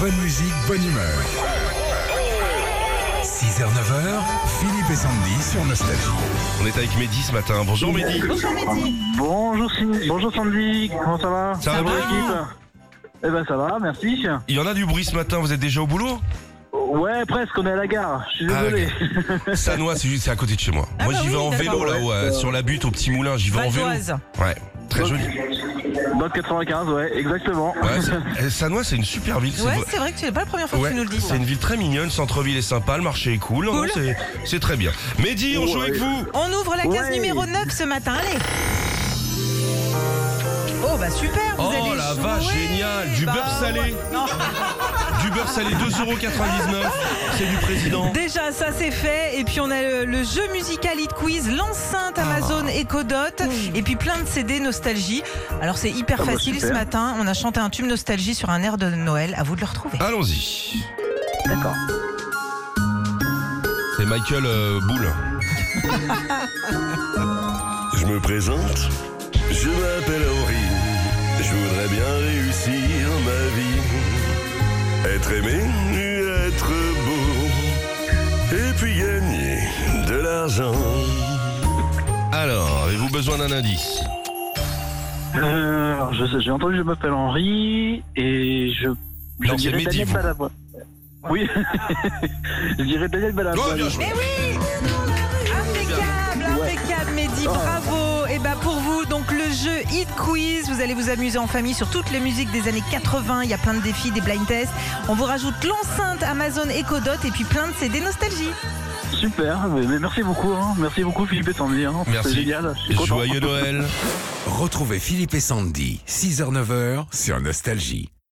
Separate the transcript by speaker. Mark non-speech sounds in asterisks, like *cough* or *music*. Speaker 1: Bonne musique, bonne humeur. 6h, 9h, Philippe et Sandy sur Nostalgie.
Speaker 2: On est avec Mehdi ce matin. Bonjour Mehdi.
Speaker 3: Bonjour, Sin- bonjour Sandy, comment ça va
Speaker 2: Ça va,
Speaker 3: Bonjour,
Speaker 2: Bruno
Speaker 3: équipe Eh ben ça va, merci.
Speaker 2: Il y en a du bruit ce matin, vous êtes déjà au boulot
Speaker 3: Ouais, presque, on est à la gare, je suis
Speaker 2: Ah,
Speaker 3: désolé. *laughs*
Speaker 2: Sanois, c'est juste c'est à côté de chez moi.
Speaker 4: Ah
Speaker 2: moi
Speaker 4: bah
Speaker 2: j'y vais
Speaker 4: oui,
Speaker 2: en vélo
Speaker 4: d'accord.
Speaker 2: là, ouais, sur la butte au petit moulin, j'y vais en vélo.
Speaker 4: Valdoise.
Speaker 2: Ouais, très joli.
Speaker 3: Dans le 95, ouais, exactement.
Speaker 2: Ouais, c'est- eh, Sanois, c'est une super ville. c'est
Speaker 4: Ouais,
Speaker 2: vrai-
Speaker 4: c'est vrai que c'est pas la première fois que
Speaker 2: Ouais,
Speaker 4: tu nous le dis. ça.
Speaker 2: c'est une ville très mignonne, centre-ville est sympa, le marché est cool, non,
Speaker 4: Cool.
Speaker 2: c'est- c'est très bien. Mehdi, on joue
Speaker 3: Ouais.
Speaker 2: avec vous
Speaker 4: On ouvre la case
Speaker 3: Ouais.
Speaker 4: numéro 9 ce matin, allez Oh bah super, vous
Speaker 2: Oh
Speaker 4: allez
Speaker 2: la
Speaker 4: jouer.
Speaker 2: vache, génial Du
Speaker 4: Bah,
Speaker 2: beurre salé
Speaker 4: non.
Speaker 2: Du beurre salé, 2,99€, c'est du président.
Speaker 4: Déjà ça c'est fait et puis on a le, le jeu musical Hit Quiz, l'enceinte
Speaker 2: Ah.
Speaker 4: Amazon Ecodot et puis plein de CD Nostalgie. Alors c'est hyper
Speaker 3: Ah bah,
Speaker 4: facile
Speaker 3: super.
Speaker 4: ce matin, on a chanté un tube Nostalgie sur un air de Noël, à vous de le retrouver.
Speaker 2: Allons-y.
Speaker 3: D'accord.
Speaker 2: C'est Michael euh, Boule.
Speaker 5: Je me présente, je m'appelle Henri. Je voudrais bien réussir ma vie. Être aimé, être beau. Et puis gagner de l'argent.
Speaker 2: Alors, avez-vous besoin d'un indice
Speaker 3: Euh, alors, je sais- j'ai entendu, je m'appelle Henri et je. je
Speaker 2: Non, c'est
Speaker 3: dirais
Speaker 2: Mehdi,
Speaker 3: Daniel
Speaker 2: vous.
Speaker 3: Balavoine. Oui, *laughs* je dirais Daniel
Speaker 2: Oh,
Speaker 3: Balavoine.
Speaker 2: bien joué.
Speaker 4: Impeccable, impeccable Mehdi, bravo Et bah pour vous, donc le jeu Hit Quiz, vous allez vous amuser en famille sur toutes les musiques des années 80, il y a plein de défis, des blind tests. On vous rajoute l'enceinte Amazon Echo Dot et puis plein de CD nostalgie.
Speaker 3: Super, mais, mais merci beaucoup, hein. merci beaucoup Philippe et Sandy. Hein.
Speaker 2: Merci.
Speaker 3: C'est génial, je suis content.
Speaker 2: Joyeux Noël.
Speaker 1: Retrouvez Philippe et Sandy, 6h, 9h sur Nostalgie.